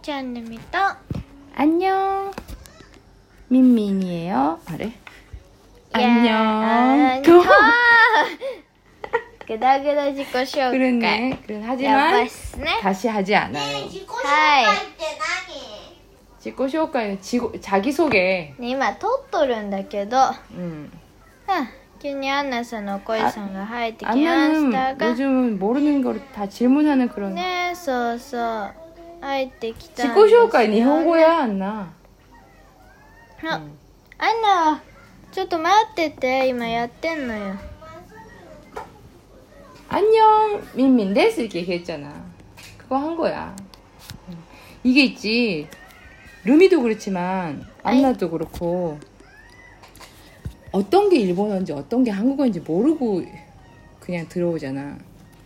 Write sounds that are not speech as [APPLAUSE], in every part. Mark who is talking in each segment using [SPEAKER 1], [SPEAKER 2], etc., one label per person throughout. [SPEAKER 1] ちゃんぬみと
[SPEAKER 2] 안녕. 민민이에요. 말해. 안녕.
[SPEAKER 1] 또
[SPEAKER 2] 또?
[SPEAKER 1] [LAUGHS] 그다그다 지고쇼
[SPEAKER 2] 그랬네. 그래,
[SPEAKER 1] やばい
[SPEAKER 2] 하지만
[SPEAKER 1] っすね
[SPEAKER 2] 다시 하지 않아요.
[SPEAKER 3] 自己紹
[SPEAKER 1] は
[SPEAKER 3] 介って何
[SPEAKER 2] 지코 쇼카의 지고 자기 소개.
[SPEAKER 1] い、ね、今撮っとるんだけど
[SPEAKER 2] 음.
[SPEAKER 1] うん急にアンナさんのお声さんが入ってきまし
[SPEAKER 2] 안나는
[SPEAKER 1] たが
[SPEAKER 2] 요즘 모르는 걸 다 질문하는 그런.
[SPEAKER 1] ねそうそう入ってきたんですよ
[SPEAKER 2] 지코 쇼카의 일본어야 안나.
[SPEAKER 1] あアンナちょっと待ってて今やってんのよ
[SPEAKER 2] 안녕 민민 데스 이렇게 얘기했잖아. 그거 한 거야. 음. 이게 있지. 루미도 그렇지만 안나도 그렇고 어떤 게 일본어인지 어떤 게 한국어인지 모르고 그냥 들어오잖아.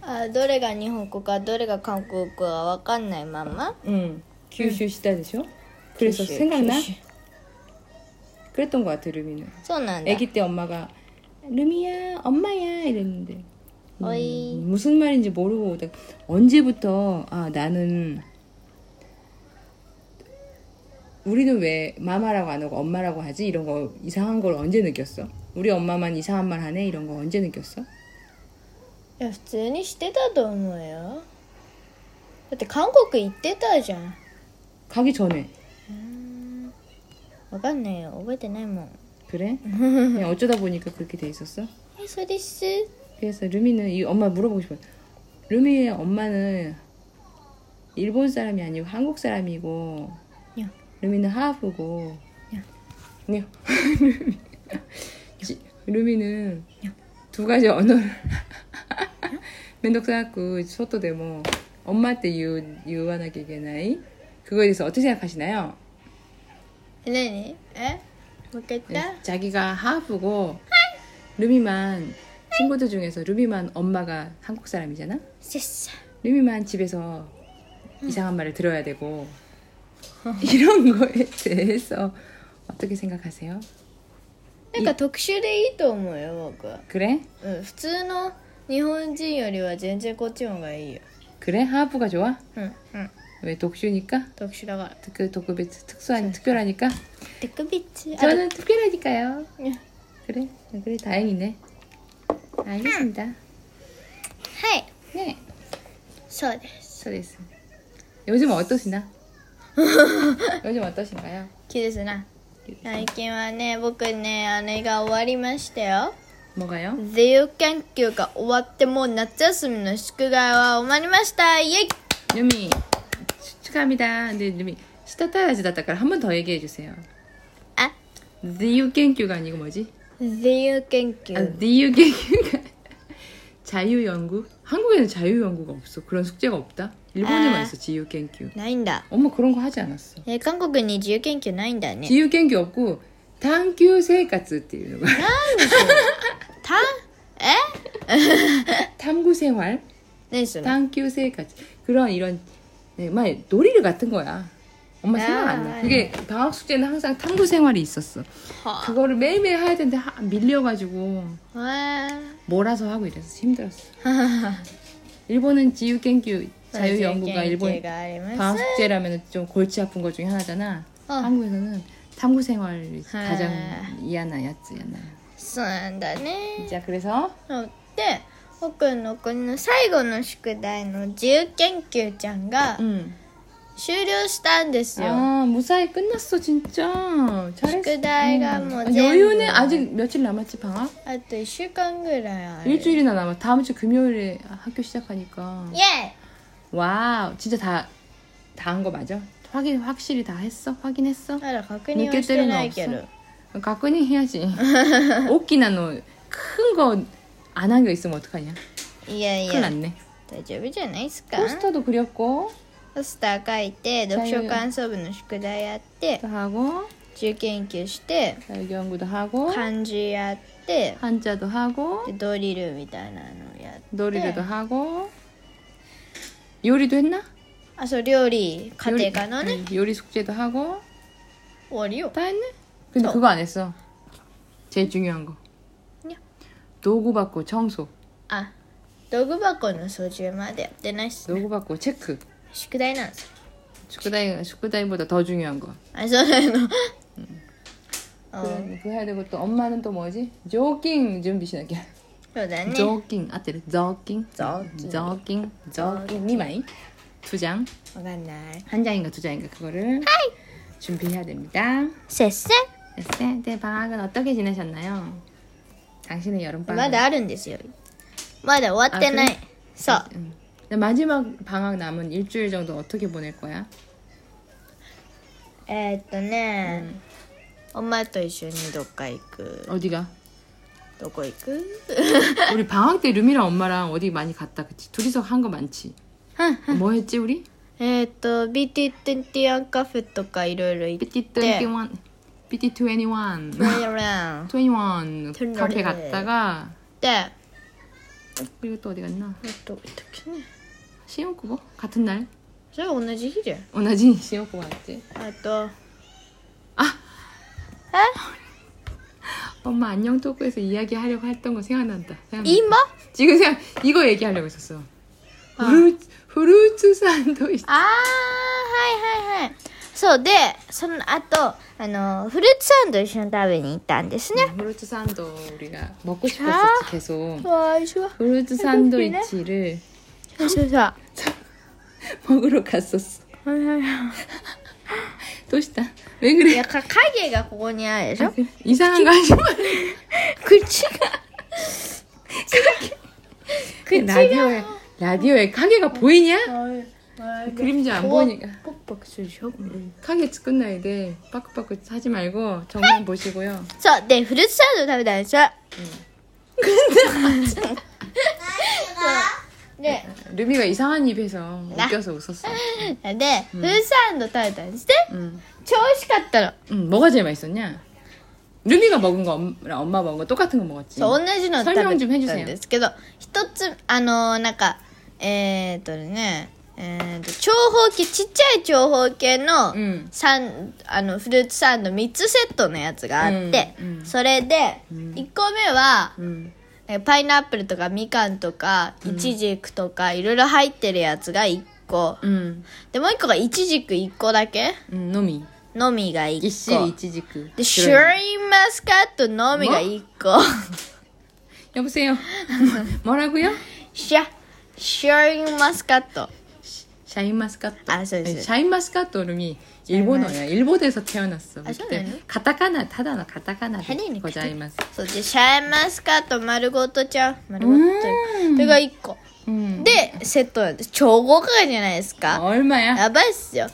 [SPEAKER 1] あどれが日本語かどれが韓国語かわかんないまま
[SPEAKER 2] 응. 규슈 시다드쇼. 그래서
[SPEAKER 1] 규슈,
[SPEAKER 2] 생각나?
[SPEAKER 1] 규슈.
[SPEAKER 2] 그랬던 것 같아 루미는.
[SPEAKER 1] そうなんだ
[SPEAKER 2] 아기 때 엄마가 루미야 엄마야 이랬는데 음,
[SPEAKER 1] 어이.
[SPEAKER 2] 무슨 말인지 모르고 오다가 언제부터 아 나는 우리는 왜 마마라고 안 하고 엄마라고 하지 이런 거 이상한 걸 언제 느꼈어? 우리 엄마만 이상한 말 하네 이런 거 언제 느꼈어?
[SPEAKER 1] いや普通にしてたと思うよだって韓国行ってたじゃん
[SPEAKER 2] 가기 전에
[SPEAKER 1] わかんないよ覚えてないもん
[SPEAKER 2] 그래? 그냥 어쩌다 보니까 그렇게 돼 있었어?
[SPEAKER 1] えそうです
[SPEAKER 2] 그래서 루미는 이 엄마 물어보고 싶어요. 루미의 엄마는 일본 사람이 아니고 한국 사람이고
[SPEAKER 1] 야.
[SPEAKER 2] 루미는 하프고
[SPEAKER 1] 야.
[SPEAKER 2] 야. [LAUGHS] 루미. 지- 루미는 두 가지 언어를 [LAUGHS] 면독사갖고 소토 데모 엄마한테 유, 유한하게 얘기하나이? 그거에 대해서 어떻게 생각하시나요?
[SPEAKER 1] え何え負けた
[SPEAKER 2] 네, 자기가 하프고 루미만 친구들 중에서 루미만 엄마가 한국 사람이잖아?
[SPEAKER 1] せっさ
[SPEAKER 2] 루미만 집에서 이상한 말을 들어야 되고 [LAUGHS] 이런 거에 대해서 어떻게 생각하세요?
[SPEAKER 1] なんか特殊でいいと思うよ僕
[SPEAKER 2] 그래?
[SPEAKER 1] うん普通の日本人よりは全然こっちの方がいいよ
[SPEAKER 2] 그래? 하부가 좋아?
[SPEAKER 1] うんうん
[SPEAKER 2] 왜 독주니까?
[SPEAKER 1] 特殊だから
[SPEAKER 2] 특, 그 독급別특수한 특별하니까?
[SPEAKER 1] 特別あ
[SPEAKER 2] 저는 특별하니까요.
[SPEAKER 1] うん
[SPEAKER 2] 그래? 아, 그래 다행이네. 알겠습니다.
[SPEAKER 1] はい
[SPEAKER 2] 네,
[SPEAKER 1] そうです
[SPEAKER 2] 저 됐어. 요즘 어떠시나? [LAUGHS] 요즘 어떠신가요?
[SPEAKER 1] きですな最近はね僕ねあれが終わりましたよ
[SPEAKER 2] 뭐가요?
[SPEAKER 1] 自由研究が終わってもう夏休みの宿題は終わりましたイエイ
[SPEAKER 2] 유미 축- 축하합니다. 근데 유미 시타타야지 다다 까 한번 더 얘기해 주세요.
[SPEAKER 1] あ
[SPEAKER 2] 自由研究가 아니고 뭐지?
[SPEAKER 1] 自由研
[SPEAKER 2] 아,
[SPEAKER 1] 究
[SPEAKER 2] 自由研究가 [LAUGHS] 자유연구? 한국에는 자유연구가 없어. 그런 숙제가 없다. 일본에만
[SPEAKER 1] 아.
[SPEAKER 2] 있어. 자유研究.
[SPEAKER 1] ないんだ
[SPEAKER 2] 엄마 그런 거 하지 않았어.
[SPEAKER 1] え韓国に自由研究ないんだね
[SPEAKER 2] 자유研究 없고 탐규 생활って いうのが
[SPEAKER 1] たえ
[SPEAKER 2] [LAUGHS] 탐구 생활,
[SPEAKER 1] [LAUGHS] 何それ
[SPEAKER 2] 탐규 생활 그런 이런 네, 막 놀이를 같은 거야. 엄마
[SPEAKER 1] 아,
[SPEAKER 2] 생각 안 나.
[SPEAKER 1] 아,
[SPEAKER 2] 그게 방학 숙제는 항상 탐구 생활이 있었어.
[SPEAKER 1] は
[SPEAKER 2] 그거를 매일매일 해야 되는데 하- 밀려가지고
[SPEAKER 1] あへえ
[SPEAKER 2] 몰아서 하고 이래서 힘들었어. 일본은 지유研究
[SPEAKER 1] 아,
[SPEAKER 2] 자유연구가
[SPEAKER 1] [LAUGHS] 自由研究
[SPEAKER 2] 일본
[SPEAKER 1] があります
[SPEAKER 2] 방학 숙제라면 좀 골치 아픈 것 중에 하나잖아.
[SPEAKER 1] 어.
[SPEAKER 2] 한국에서는 탐구 생활이
[SPEAKER 1] 아.
[SPEAKER 2] 가장 이하나 야지 야나.
[SPEAKER 1] そうなんだね
[SPEAKER 2] 자 그래서
[SPEAKER 1] で僕のこの最後の宿題の自由研究ちゃんが
[SPEAKER 2] 음.
[SPEAKER 1] 終了したんですよ
[SPEAKER 2] 아 무사히 끝났어 진짜. 잘했어.
[SPEAKER 1] 宿題がもう
[SPEAKER 2] 아,
[SPEAKER 1] 全部
[SPEAKER 2] 여유는 아직 며칠 남았지 방학?
[SPEAKER 1] あと1週間ぐらいある
[SPEAKER 2] 일주일이나 남았. 다음 주 금요일에 학교 시작하니까.
[SPEAKER 1] イエ
[SPEAKER 2] 와우 진짜 다 다 한 거 맞아? 확인 확실히 다 했어? 확인했어?
[SPEAKER 1] イまだ確認はしてないけど
[SPEAKER 2] 가꾸니 해야지. 오키나노 큰거 안 한 게 있으면 어떡하냐?
[SPEAKER 1] いやい
[SPEAKER 2] 큰일
[SPEAKER 1] や
[SPEAKER 2] 났네.
[SPEAKER 1] 大丈夫じゃないですか
[SPEAKER 2] 포스터도 그렸고
[SPEAKER 1] ポスター書いて読書感想部の宿題やって
[SPEAKER 2] 또 하고
[SPEAKER 1] 自由研究して
[SPEAKER 2] 자유연구도 하고
[SPEAKER 1] 漢字やって
[SPEAKER 2] 한자도 하고
[SPEAKER 1] でドリルみたいなのやって
[SPEAKER 2] 놀이도 하고 요리도 했나?
[SPEAKER 1] あそう料理家庭科の
[SPEAKER 2] 요리,
[SPEAKER 1] ね
[SPEAKER 2] 응, 요리 숙제도 하고
[SPEAKER 1] 終わりよ
[SPEAKER 2] 다 했네. 근데
[SPEAKER 1] 또.
[SPEAKER 2] 그거 안 했어. 제일 중요한 거.
[SPEAKER 1] 야.
[SPEAKER 2] 도구 받고 청소,
[SPEAKER 1] あ
[SPEAKER 2] 네.
[SPEAKER 1] 道具箱の操縦までやってないっすね
[SPEAKER 2] 도구 받고 체크.
[SPEAKER 1] 宿題なんです
[SPEAKER 2] 宿題, 숙제보다 더 중요한 거.
[SPEAKER 1] あそうなの
[SPEAKER 2] 그, 그 해야 되고 또 엄마는 또 뭐지? 조깅 준비시나게.
[SPEAKER 1] そうだね
[SPEAKER 2] 조깅. 아, 때려. 조깅.
[SPEAKER 1] 조깅.
[SPEAKER 2] 조깅. 조깅. 니마이. 두 장.
[SPEAKER 1] わかんない
[SPEAKER 2] 한 장인가 두 장인가 그거를 준비해야 됩니다.
[SPEAKER 1] せっせ
[SPEAKER 2] 네, 네, 방학은 어떻게 지내셨나요? 당신의 여름방학.
[SPEAKER 1] まだあるんですよまだ終わってな
[SPEAKER 2] あ
[SPEAKER 1] い
[SPEAKER 2] そ
[SPEAKER 1] そ
[SPEAKER 2] う
[SPEAKER 1] う
[SPEAKER 2] 응. 음. 근데 마지막 방학 남은 일주일 정도 어떻게 보낼 거야?
[SPEAKER 1] えーっとね、お前と一緒にどっか行く
[SPEAKER 2] 어디가?
[SPEAKER 1] どこ行く
[SPEAKER 2] 우리 방학 때 룸이랑 엄마랑 어디 많이 갔다 그치? 둘이서 한 거 [LAUGHS] 많지? 뭐 했지 우리?
[SPEAKER 1] えーっと BT21 カフェとかいろいろ行って
[SPEAKER 2] BT21 BT21
[SPEAKER 1] around
[SPEAKER 2] 21 카페
[SPEAKER 1] 네.
[SPEAKER 2] 갔다가
[SPEAKER 1] であ
[SPEAKER 2] 그리고 또 어디 갔나?
[SPEAKER 1] どこ行ったっけね
[SPEAKER 2] 시온쿠보? 같은 날?
[SPEAKER 1] それは同じ日じゃん
[SPEAKER 2] 오나진 [LAUGHS] 시온쿠보 갔지?
[SPEAKER 1] あと
[SPEAKER 2] 엄마 안녕 토크에서 이야기하려고 했던 거 생각난다 생각난다.
[SPEAKER 1] 今
[SPEAKER 2] 지금 생각 이거 얘기하려고 했었어 후루, 후루츠 산도이치
[SPEAKER 1] あーはいはいはいそうでその後あのフルーツサンド一緒に食べに行ったんですね
[SPEAKER 2] 후루츠 산도 우리가 먹고 싶었었지 계속
[SPEAKER 1] わーしょ
[SPEAKER 2] 후루츠 산도이치를
[SPEAKER 1] そうそうそう
[SPEAKER 2] 먹으러 갔었어 도시다 왜 그래
[SPEAKER 1] いやか影がここにあるでしょ
[SPEAKER 2] [LAUGHS] 이상한 거 하지 마
[SPEAKER 1] [LAUGHS] 口が
[SPEAKER 2] 그 [LAUGHS] 라디오에 라디오에 가게가 보이냐?
[SPEAKER 1] ポ
[SPEAKER 2] 그림자 안
[SPEAKER 1] 어.
[SPEAKER 2] 보이니까
[SPEAKER 1] ッポクするでしょ
[SPEAKER 2] 가게 끝나야 돼 빠꾸빠꾸 하지 말고 정면 보시고요
[SPEAKER 1] そうでフルーツサンド食べたんですようんで
[SPEAKER 2] 루미가 이상한 입에서 웃겨서 웃었어
[SPEAKER 1] で、フルーツサンド食べたんですね
[SPEAKER 2] 응.
[SPEAKER 1] 超美味しかったの
[SPEAKER 2] 응, 뭐가 제일 맛있었냐? 루미가 먹은 거랑 엄마 먹은 거 똑같은 거 먹었지
[SPEAKER 1] そう同じの食べた
[SPEAKER 2] 설명좀
[SPEAKER 1] ん
[SPEAKER 2] 해주세요
[SPEAKER 1] ですけど一つあのーなんかえー、っとねえー、っと長方形ちっちゃい長方形の,、
[SPEAKER 2] うん
[SPEAKER 1] サンあのフルーツサンド3つセットのやつがあって、
[SPEAKER 2] うんうん
[SPEAKER 1] それで、1個目は、
[SPEAKER 2] 응.
[SPEAKER 1] えパイナップルとかみかんとかいちじくとかいろいろ入ってるやつが1個、
[SPEAKER 2] 응.
[SPEAKER 1] でもう1個がいちじく1個だけ
[SPEAKER 2] 응, 놈이
[SPEAKER 1] のみが
[SPEAKER 2] 이씨
[SPEAKER 1] 1個
[SPEAKER 2] 이치지크
[SPEAKER 1] でシュリーマスカットのみが1個
[SPEAKER 2] 여보세요 [LAUGHS] 뭐라고요?
[SPEAKER 1] [LAUGHS] シャシュリーマスカット
[SPEAKER 2] 네, 샤인마스카토.
[SPEAKER 1] 아, 저, 저.
[SPEAKER 2] 샤인마스카토 이름이 일본어야. 일본에서 태어났어.
[SPEAKER 1] 아, 저는요?
[SPEAKER 2] 카타카나 타다나 카타카나
[SPEAKER 1] 헤리니
[SPEAKER 2] 고자이마스.
[SPEAKER 1] そうでシャインマスカット丸ごとちゃう丸ごとというかそれが1個
[SPEAKER 2] 음.
[SPEAKER 1] でセットなんです超豪華じゃないですか
[SPEAKER 2] 아, 얼마야?
[SPEAKER 1] やばいっすよ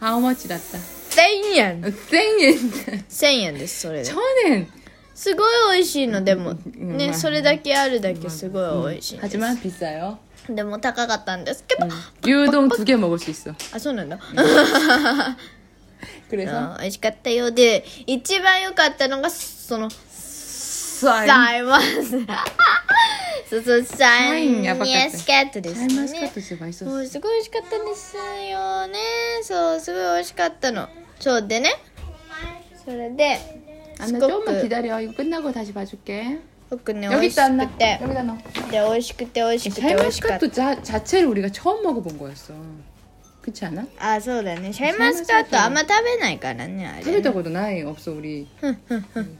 [SPEAKER 2] How much 났다.
[SPEAKER 1] 1000円
[SPEAKER 2] 쌩엔.
[SPEAKER 1] 1000円ですそれで
[SPEAKER 2] 천엔.
[SPEAKER 1] すごい美味しいのでも
[SPEAKER 2] うんう
[SPEAKER 1] ね
[SPEAKER 2] まい
[SPEAKER 1] それだけあるだけすごい美味しいんです
[SPEAKER 2] 하지만 비싸요.
[SPEAKER 1] でも高かったんですけど
[SPEAKER 2] 유동 두 개 먹을 수 있어.
[SPEAKER 1] あそうなんだ [LAUGHS]
[SPEAKER 2] 그래서
[SPEAKER 1] 美味しかったようで一番良かったのがその
[SPEAKER 2] 샤인.
[SPEAKER 1] サイマスそうそうサイン
[SPEAKER 2] やばかった
[SPEAKER 1] スカットですね
[SPEAKER 2] 샤인마스카토 진짜
[SPEAKER 1] も
[SPEAKER 2] 맛있었어.
[SPEAKER 1] うすごい美味しかったんですよねそうすごい美味しかったのそうでねそれで
[SPEAKER 2] 아, 안나
[SPEAKER 1] すごく
[SPEAKER 2] 조금만 기다려. 이거 끝나고 다시 봐줄게.
[SPEAKER 1] 僕ね美
[SPEAKER 2] 여기
[SPEAKER 1] 味し
[SPEAKER 2] 있다
[SPEAKER 1] く
[SPEAKER 2] 안나.
[SPEAKER 1] て
[SPEAKER 2] 여기다 넣어.
[SPEAKER 1] で美味しくて美味しくて美味しかった
[SPEAKER 2] 샤인마스카토 자- 자체를 우리가 처음 먹어본 거였어. 그렇지 않아?
[SPEAKER 1] あそうだねシャインマスカットあんま食べないからねあ
[SPEAKER 2] 食
[SPEAKER 1] れ
[SPEAKER 2] べたことない 없어 우리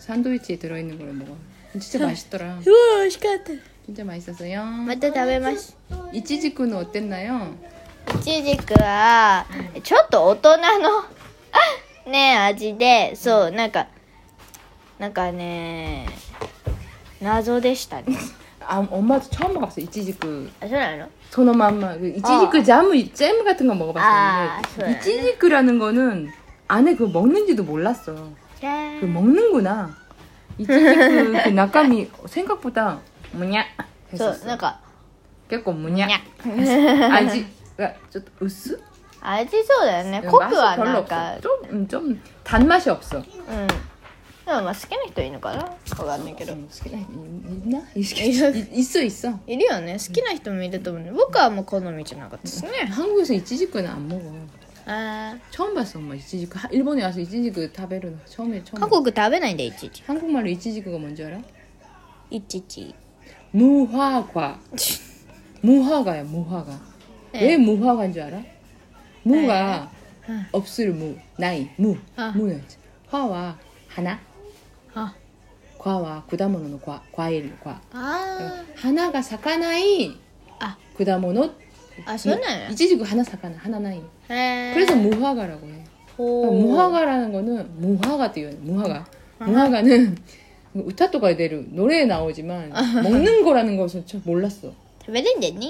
[SPEAKER 2] 산도위치에 들어있는 걸 먹어 진짜 맛있더라
[SPEAKER 1] うわ美味しかった
[SPEAKER 2] 진짜 맛있었어요
[SPEAKER 1] また食べます
[SPEAKER 2] 이치지쿠는 어땠나요?
[SPEAKER 1] いちじくはちょっと大人の [LAUGHS] ね味でそうなんかなんかね謎でした [LAUGHS] ね
[SPEAKER 2] 아, 엄마도 처음 먹어봤어 이치지쿠
[SPEAKER 1] あそうなの
[SPEAKER 2] 소노맘마 그 이치지쿠
[SPEAKER 1] 어.
[SPEAKER 2] 자무 잼 같은 거
[SPEAKER 1] 아,
[SPEAKER 2] 먹어봤었는데
[SPEAKER 1] 그래.
[SPEAKER 2] 이치지쿠라는 거는 안에 그거 먹는지도 몰랐어
[SPEAKER 1] じゃー
[SPEAKER 2] 그 먹는구나 이치지쿠 그 낙감이 생각보다 뭐냐
[SPEAKER 1] そうなん
[SPEAKER 2] 했었어
[SPEAKER 1] か
[SPEAKER 2] 結構 뭐냐
[SPEAKER 1] にゃ
[SPEAKER 2] 아지가 좀 으스?
[SPEAKER 1] 味そうだよね濃くは
[SPEAKER 2] 맛이
[SPEAKER 1] な
[SPEAKER 2] 별로
[SPEAKER 1] んか
[SPEAKER 2] 없어. 좀, 음, 좀 단맛이 없어.
[SPEAKER 1] うんでもまあ好きな人いるのかなわかんないけど
[SPEAKER 2] 음, 있- 있나? 있- 있어 있어.
[SPEAKER 1] いるよね好きな人もいると思うね僕はもう好みじゃなかったですね
[SPEAKER 2] 한국에서 이치지쿠는 안 먹어.
[SPEAKER 1] あ
[SPEAKER 2] 처음 봤어 엄마 이치지쿠. 하- 일본에 와서 이치지쿠 타베르는 처음에
[SPEAKER 1] ー
[SPEAKER 2] 처음.
[SPEAKER 1] 韓国食べないんだいちいち
[SPEAKER 2] 한국말로 이치지쿠가 뭔지 알아?
[SPEAKER 1] いちいち
[SPEAKER 2] [LAUGHS] 무화과. 무화과야 무화과.
[SPEAKER 1] 네.
[SPEAKER 2] 왜 무화과인 줄 알아? 무가
[SPEAKER 1] 응.
[SPEAKER 2] 없을 무, 나이, 무,
[SPEAKER 1] 아.
[SPEAKER 2] 무였지. 화와 하나,
[SPEAKER 1] 아.
[SPEAKER 2] 과와 구다모노의 과, 과일, 과.
[SPEAKER 1] あ
[SPEAKER 2] 하나가 사카나이,
[SPEAKER 1] あ
[SPEAKER 2] 구다모노.
[SPEAKER 1] ーあそうなんや
[SPEAKER 2] 이지지구 하나 사카나, 하나 나이.
[SPEAKER 1] へ
[SPEAKER 2] 그래서 무화과라고 해.
[SPEAKER 1] ほう
[SPEAKER 2] 어, 무화과라는 거는 무화과 또 이거는 무화과.
[SPEAKER 1] 아.
[SPEAKER 2] 무화과는 우타 또가 내려 노래에 나오지만 먹는 거라는 것은 참 몰랐어.
[SPEAKER 1] 食べれんでね、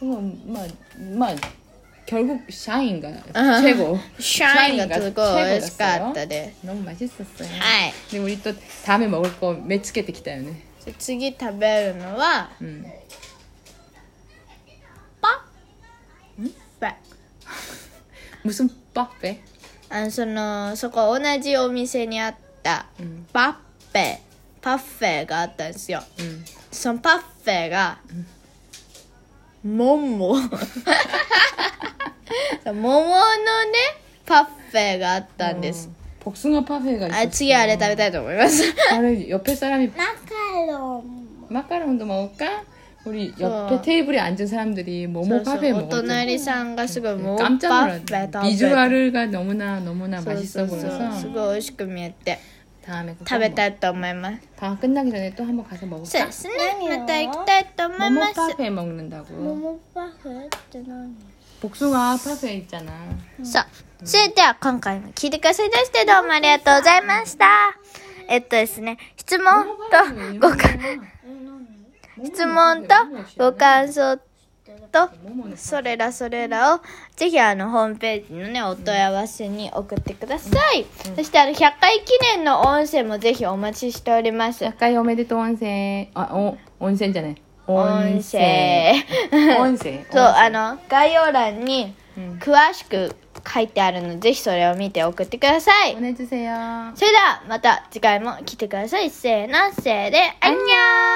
[SPEAKER 2] 막막 결국 샤인가
[SPEAKER 1] 아.
[SPEAKER 2] 최고.
[SPEAKER 1] シャインがすごい美味し
[SPEAKER 2] 最後
[SPEAKER 1] かっ
[SPEAKER 2] がすご
[SPEAKER 1] たで
[SPEAKER 2] 너무 맛있었어요.
[SPEAKER 1] すはい
[SPEAKER 2] 근데 우리 또 다음에 먹을 거 매치게 되기다요네.
[SPEAKER 1] で次食べるのは
[SPEAKER 2] 음.
[SPEAKER 1] パんパ
[SPEAKER 2] 무슨 빠페?
[SPEAKER 1] あのそのそこ同じお店にあった
[SPEAKER 2] ん
[SPEAKER 1] パッフェパッフェがあったんですよ
[SPEAKER 2] 음.
[SPEAKER 1] そのパッフェが、モモ [LAUGHS] 桃のねパッフェがあったんです、
[SPEAKER 2] 어, 복숭아 파페가 있어.
[SPEAKER 1] あ次あれ食べたいと思います
[SPEAKER 2] 바로 옆에 사람이
[SPEAKER 1] マカロン
[SPEAKER 2] 마카롱도 먹을까? 우리 옆에
[SPEAKER 1] 어.
[SPEAKER 2] 테이블에 앉은 사람들이 뭐뭐
[SPEAKER 1] そうそう
[SPEAKER 2] 파페
[SPEAKER 1] お
[SPEAKER 2] 먹었잖아. 네, 뭐
[SPEAKER 1] 隣さんがすごい桃パッ
[SPEAKER 2] 깜짝
[SPEAKER 1] フェ食べ
[SPEAKER 2] 놀랐어.
[SPEAKER 1] た
[SPEAKER 2] 비주얼가 너무나 너무나
[SPEAKER 1] そうそ
[SPEAKER 2] 맛있어
[SPEAKER 1] うそうす
[SPEAKER 2] 보여서
[SPEAKER 1] ごい美味しく見えて
[SPEAKER 2] 다음에 그거
[SPEAKER 1] 食べ
[SPEAKER 2] 한번
[SPEAKER 1] たいと思います
[SPEAKER 2] 다 끝나기 전에 또 한번 가서 먹을까?
[SPEAKER 1] そうですねまた行きたいと思いま
[SPEAKER 2] 모모
[SPEAKER 1] す
[SPEAKER 2] 파페 먹는다고. 모모 파페 있잖아. 어? 복숭아 파페 있잖아.
[SPEAKER 1] そう。それでは今回も聞いてくださいましてどうもありがとうございました。えっとですね、質問とごか、質問とご感想と、それらそれらを、ぜひあの、ホームページのね、お問い合わせに送ってください。そしてあの、100回記念の音声もぜひお待ちしております。
[SPEAKER 2] 가까이 오메데토 온센. 아, 오, 온센잖아.
[SPEAKER 1] 音声。
[SPEAKER 2] [LAUGHS] 온센.
[SPEAKER 1] そう、あの、概要欄に
[SPEAKER 2] うん
[SPEAKER 1] 詳しく書いてあるので、ぜひそれを見て送ってください。
[SPEAKER 2] 보내주세요.
[SPEAKER 1] それではまた次回も来てください。せーの、せーで、アンニョー